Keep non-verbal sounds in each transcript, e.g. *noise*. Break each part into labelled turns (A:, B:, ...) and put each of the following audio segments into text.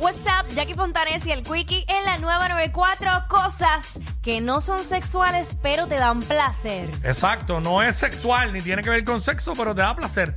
A: What's up, Jackie Fontanes y el Quickie en la nueva 94 cosas que no son sexuales pero te dan placer.
B: Exacto, no es sexual ni tiene que ver con sexo, pero te da placer.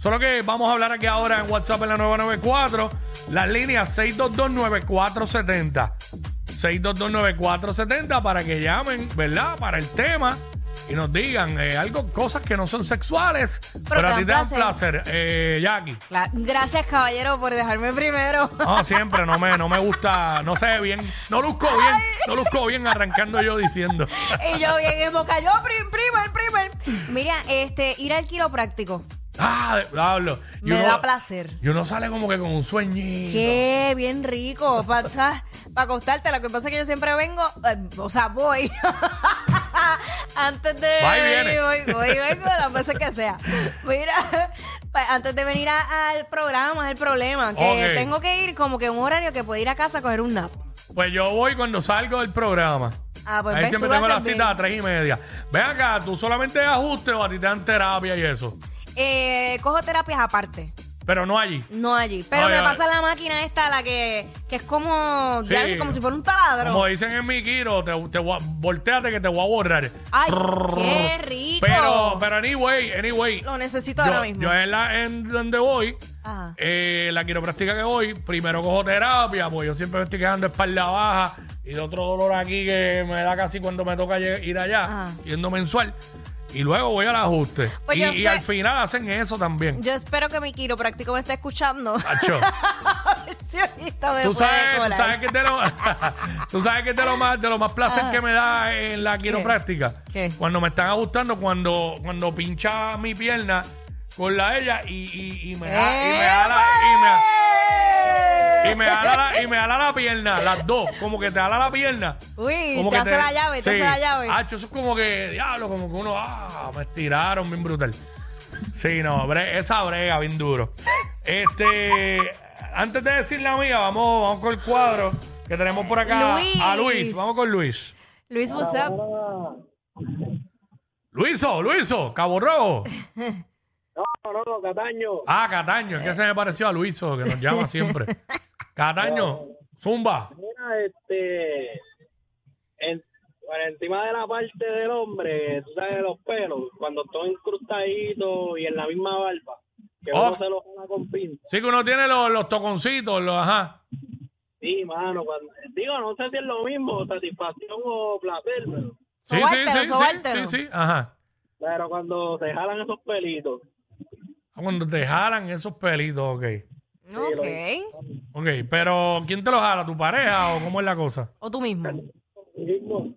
B: Solo que vamos a hablar aquí ahora en WhatsApp en la 994, las líneas 6229470. 6229470 para que llamen, ¿verdad? Para el tema y nos digan eh, algo, cosas que no son sexuales, pero,
A: te
B: a ti te
A: dan
B: dan placer. Eh, Jackie.
A: La- Gracias caballero por dejarme primero. *laughs*
B: No, siempre, no me, no me gusta, no sé bien, no luzco bien, no luzco bien arrancando yo diciendo.
A: y yo bien en boca, yo prim, primer, primer. Mira, este, ir al quiropráctico
B: Ah, hablo.
A: me da placer.
B: Y uno sale como que con un sueñito.
A: Qué bien rico, para acostarte. Lo que pasa es que yo siempre vengo, eh, o sea, voy. *laughs* antes de.
B: Va y viene.
A: Voy, voy, vengo, las veces que sea. Mira, *laughs* pa- antes de venir a- al programa, es el problema. Que
B: Ok.
A: tengo que ir como que un horario que puedo ir a casa a coger un nap.
B: Pues yo voy cuando salgo del programa.
A: Ah, pues
B: Ahí
A: ves,
B: siempre
A: tú lo
B: tengo la
A: haces
B: cita a
A: bien.
B: tres y media. Ven acá, ¿tú solamente ajustes o a ti te dan terapia y eso?
A: Eh, cojo terapias aparte.
B: Pero no allí.
A: No allí. Pero
B: Ay,
A: me
B: ay.
A: pasa la máquina esta, la que, que es como, ya,
B: Sí.
A: como si fuera un taladro.
B: Como dicen en mi giro, te, te voy a- volteate que te voy a borrar.
A: Ay, qué rico.
B: Pero, pero anyway, anyway.
A: Lo necesito
B: Yo,
A: ahora mismo. Ah.
B: yo en, la, en donde voy,
A: Ajá.
B: eh, la quiropráctica que voy, primero cojo terapia, pues yo siempre me estoy quejando de espalda baja y de otro dolor aquí que me da casi cuando me toca lle- ir allá,
A: Ajá.
B: yendo mensual. Y luego voy al ajuste.
A: Ah. Pues
B: y
A: yo
B: y
A: fue-
B: al final hacen eso también.
A: Yo espero que mi quiropráctico me esté escuchando. *laughs*
B: Acho.
A: A ver si ahorita me
B: Tú
A: puede
B: sabes, tú
A: colar.
B: sabes que es de lo, *laughs* tú sabes que es de lo más, de lo más placer que me da en la quiropráctica.
A: Ah. ¿Qué?
B: Cuando me están ajustando, cuando, cuando pincha mi pierna con la de ella y, y, y me da, y me da la, y me da-
A: ¡Eh!
B: y me jala la, y me jala la pierna, las dos, como que te jala la pierna.
A: Uy, te hace la llave, te
B: sí. Ah.
A: hace la llave.
B: Hacho, eso es como que, diablo, como que uno, ah, me estiraron bien brutal. Sí, no, bre- esa brega bien duro. Este, antes de decir la mía, vamos, vamos con el cuadro que tenemos por acá.
A: Luis.
B: A Luis, vamos con Luis.
A: Luis, what's up?
B: Luiso, Luiso, Cabo Rojo.
C: No, no, no, Cataño.
B: Ah, Cataño, es que se me pareció a Luiso, que nos
A: *laughs*
B: llama siempre. Cataño, Zumba.
C: Mira, este. en- por encima de la parte del hombre, tú sabes, de los pelos, cuando están incrustaditos y en la misma barba, que
B: Oh.
C: uno se los jala con pinza.
B: Sí que uno tiene los, los toconcitos, los, ajá.
C: Sí, mano. cuando- digo, no sé si es lo mismo, satisfacción o placer, pero,
B: Sí, sí,
A: Sobártelo,
B: sí, sí,
A: sobártelo.
B: sí, sí, ajá.
C: pero cuando se jalan esos pelitos.
B: Ah, Cuando te jalan esos pelitos, ok.
A: Ok.
B: Ok, pero ¿quién te los jala? ¿Tu pareja o cómo es la cosa?
A: O tú mismo.
C: mismo,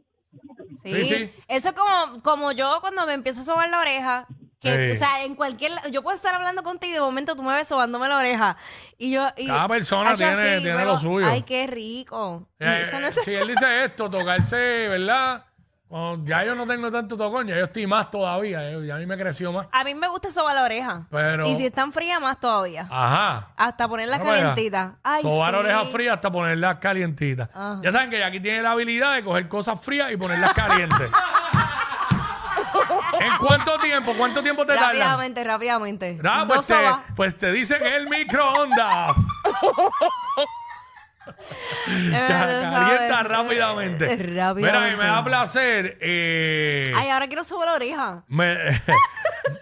A: Sí.
B: Sí, sí.
A: Eso es como, como yo cuando me empiezo a sobar la oreja. Que,
B: Sí.
A: O sea, en cualquier. Yo puedo estar hablando contigo y de momento tú me ves sobándome la oreja. Y yo. Y,
B: Cada persona
A: Ah, yo
B: tiene- tiene
A: luego,
B: lo suyo.
A: Ay, qué rico. Y
B: Eh,
A: *laughs* eso no es-
B: si él dice esto, tocarse, ¿verdad? Cuando ya yo no tengo tanto tocón, ya yo estoy más todavía, eh, ya a mí me creció más.
A: A mí me gusta sobar la oreja.
B: Pero-
A: Y si están frías, más todavía.
B: Ajá.
A: Hasta ponerlas
B: No me deja.
A: calientitas. Ay,
B: Sobar
A: sí.
B: orejas frías hasta ponerlas calientitas.
A: Ajá.
B: Ya saben que aquí tiene la habilidad de coger cosas frías y ponerlas
A: *laughs*
B: calientes. ¿En cuánto tiempo? ¿Cuánto tiempo te tardan?
A: Rápidamente, rápidamente.
B: Ah,
A: Dos
B: pues te,
A: sobas. *laughs*
B: pues te dicen el microondas.
A: lo
B: Ya, *laughs* Calienta
A: sabes.
B: rápidamente.
D: Rápidamente.
B: Mira, a mí me da placer. eh,
A: Ay, ahora quiero subir la oreja.
B: me- *laughs*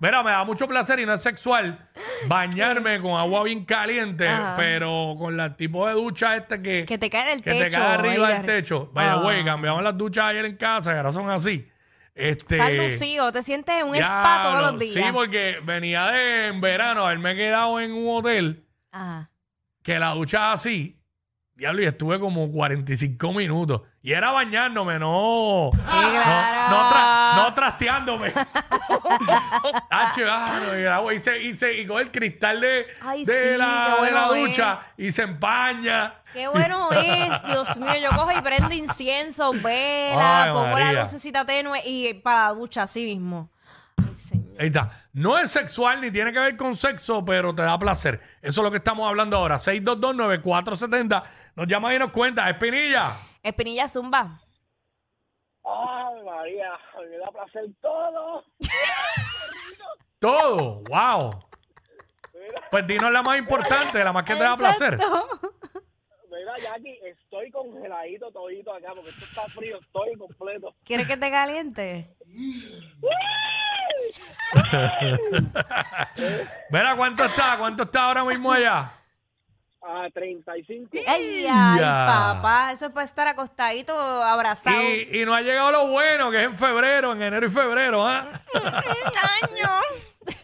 B: Mira, me da mucho placer y no es sexual bañarme con agua bien caliente,
A: Ajá.
B: pero con el tipo de ducha este que,
A: Que te cae el
B: que te
A: techo,
B: cae arriba
A: ahí
B: del
A: de arri-
B: techo. Vaya,
A: Ah.
B: güey, cambiamos las duchas ayer en casa y ahora son así. Este,
A: Estás lucido, te sientes en un
B: Ya,
A: spa todos
B: no,
A: los días.
B: Sí, porque venía de en verano, haberme quedado en un hotel
A: Ajá.
B: que la ducha así. Diablo, y estuve como 45 minutos. Y era bañándome, no.
A: claro.
B: No, no, tra- no trasteándome. *laughs* ah, chivazo, y el agua, y, se, y, se- y con el cristal de,
A: Ay,
B: de
A: sí,
B: la,
A: qué
B: de la
A: bueno es.
B: ducha y se empaña.
A: Qué bueno es, Dios mío. Yo cojo y prendo incienso, vela,
B: Ay,
A: pongo
B: María.
A: la lucecita tenue y para la ducha así mismo. Ay, señor.
B: Ahí está. No es sexual ni tiene que ver con sexo, pero te da placer. Eso es lo que estamos hablando ahora. 6229470. Nos llama y nos cuenta. Espinilla.
A: Espinilla Zumba.
C: Ay, María, me da placer todo.
B: Todo. Wow. Pues dinos la más importante, la más que te da placer.
A: Exacto.
C: Mira, Jackie, estoy congeladito todito acá porque esto está frío, estoy completo.
A: *laughs* ¿Quieres que te caliente?
B: Mira cuánto está, cuánto está ahora mismo allá.
C: A 35.
A: Ay, ay,
B: Ya.
A: papá. Eso es para estar acostadito, abrazado.
B: Y, y no ha llegado lo bueno, que es en febrero, en enero y febrero, ¿ah?
A: *laughs* Un año.
C: Sí,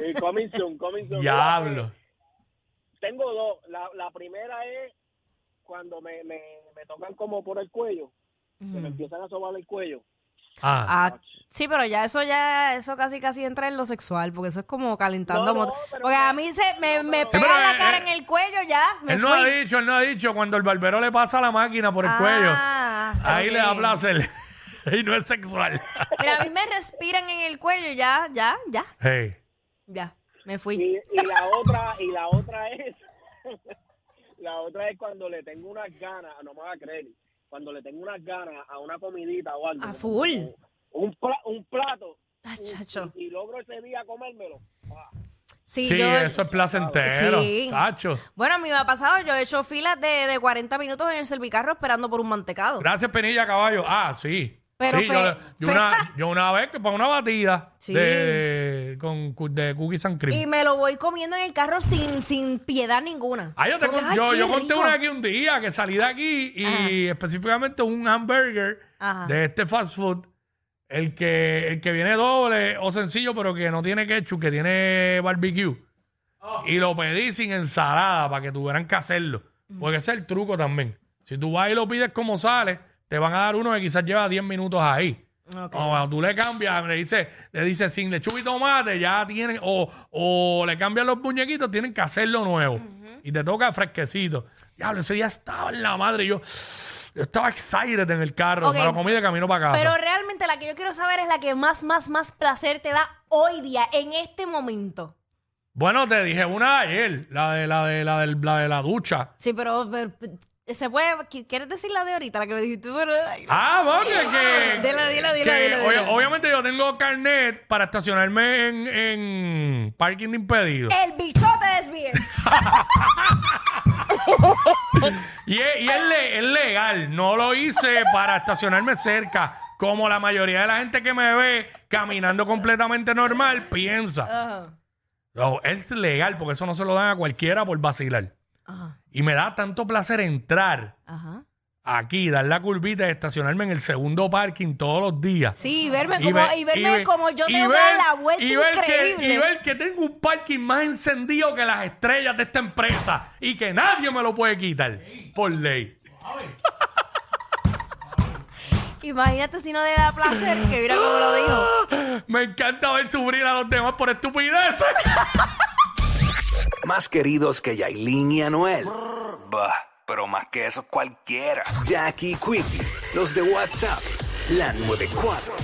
C: Eh, coming soon, coming soon.
B: Diablo.
C: Tengo dos. La, la primera es cuando me, me, me tocan como por el cuello, que me empiezan a sobar el cuello.
B: Ah.
A: Ah, sí, pero ya eso ya, eso casi casi entra en lo sexual, porque eso es como calentando
C: No, no,
A: mot-
C: pero
A: Porque
C: que-
A: a mí se me, me
B: pero,
A: pega la
B: eh,
A: cara
B: eh,
A: en el cuello ya, me
B: Él no ha
A: fui.
B: dicho, él no ha dicho cuando el barbero le pasa la máquina por el cuello.
A: Ah,
B: Ahí
A: ok.
B: le da placer. *laughs* y no es
A: *laughs*
B: sexual.
A: Pero a mí me respiran en el cuello ya, ya, ya,
B: hey.
A: ya. Me fui.
C: Y, y la otra, y la otra es, *laughs* la otra es cuando le tengo unas ganas, no me vas a creer, cuando le tengo unas ganas a una comidita o algo.
A: A full.
C: Un, pla- un plato.
A: Ah, chacho.
C: Y, y logro ese día comérmelo. Ah,
A: Sí,
B: Sí,
A: yo-
B: eso es placentero.
A: Sí.
B: Tacho.
A: Bueno, a mí me ha pasado, yo he hecho filas de, de 40 minutos en el servicarro esperando por un mantecado.
B: Gracias, Penilla Caballo. Ah, sí.
A: Pero
B: Sí,
A: fe-
B: yo, yo
A: fe-
B: una, yo una vez que para una batida
A: Sí.
B: de, con, cu- de cookies and cream.
A: Y me lo voy comiendo en el carro sin, sin piedad ninguna.
B: Ah, yo, te
A: Porque,
B: con-
A: ay,
B: yo,
A: qué
B: yo conté
A: rico.
B: una aquí un día que salí de aquí y
A: Ajá.
B: específicamente un hamburger
A: Ajá.
B: de este fast food, el que, el que viene doble o sencillo, pero que no tiene ketchup, que tiene barbecue. Y lo pedí sin ensalada para que tuvieran que hacerlo. Porque ese es el truco también. Si tú vas y lo pides como sale, te van a dar uno que quizás lleva 10 minutos ahí.
A: Ok.
B: O cuando tú le cambias, le dices, le dices sin lechuga y tomate, ya tienen, o, o le cambian los muñequitos, tienen que hacerlo nuevo. Y te toca fresquecito. Diablo, ese día estaba en la madre. Yo, yo estaba excited en el carro.
A: Ok.
B: Me lo comí de camino para casa.
A: Pero realmente la que yo quiero saber es la que más, más, más placer te da hoy día, en este momento.
B: Bueno, te dije una de ayer, la de la de la, del- la de la ducha.
A: Sí, pero, pero, se puede. qui- ¿Quieres decir la de ahorita? La que me dijiste. pero- ay, no.
B: Ah, vamos, que.
A: Dila, dila, dila,
B: que
A: dila,
B: obvia-
A: dila.
B: Obviamente yo tengo carnet para estacionarme en, en parking de impedido.
A: El bichote desvíe.
B: Y, es, y es le- es legal, no lo hice para estacionarme cerca, como la mayoría de la gente que me ve caminando completamente normal piensa.
A: Ajá.
B: No, es legal porque eso no se lo dan a cualquiera por vacilar.
A: Ajá.
B: Y me da tanto placer entrar
A: Ajá.
B: aquí, dar la curvita y estacionarme en el segundo parking todos los días.
A: Sí, verme
B: Y
A: Pues como,
B: ve-
A: y verme
B: ve-
A: como yo
B: y
A: tengo que
B: ver-
A: dar la vuelta
B: y ver que-
A: increíble.
B: y ver que tengo un parking más encendido que las estrellas de esta empresa y que nadie me lo puede quitar por ley.
A: Imagínate si no le da placer, que mira cómo lo dijo.
B: Me encanta ver sufrir a los demás por estupideces.
E: Más queridos que Yailin y Anuel. Bah, pero más que eso cualquiera. Jackie Quickie, los de WhatsApp, la 94.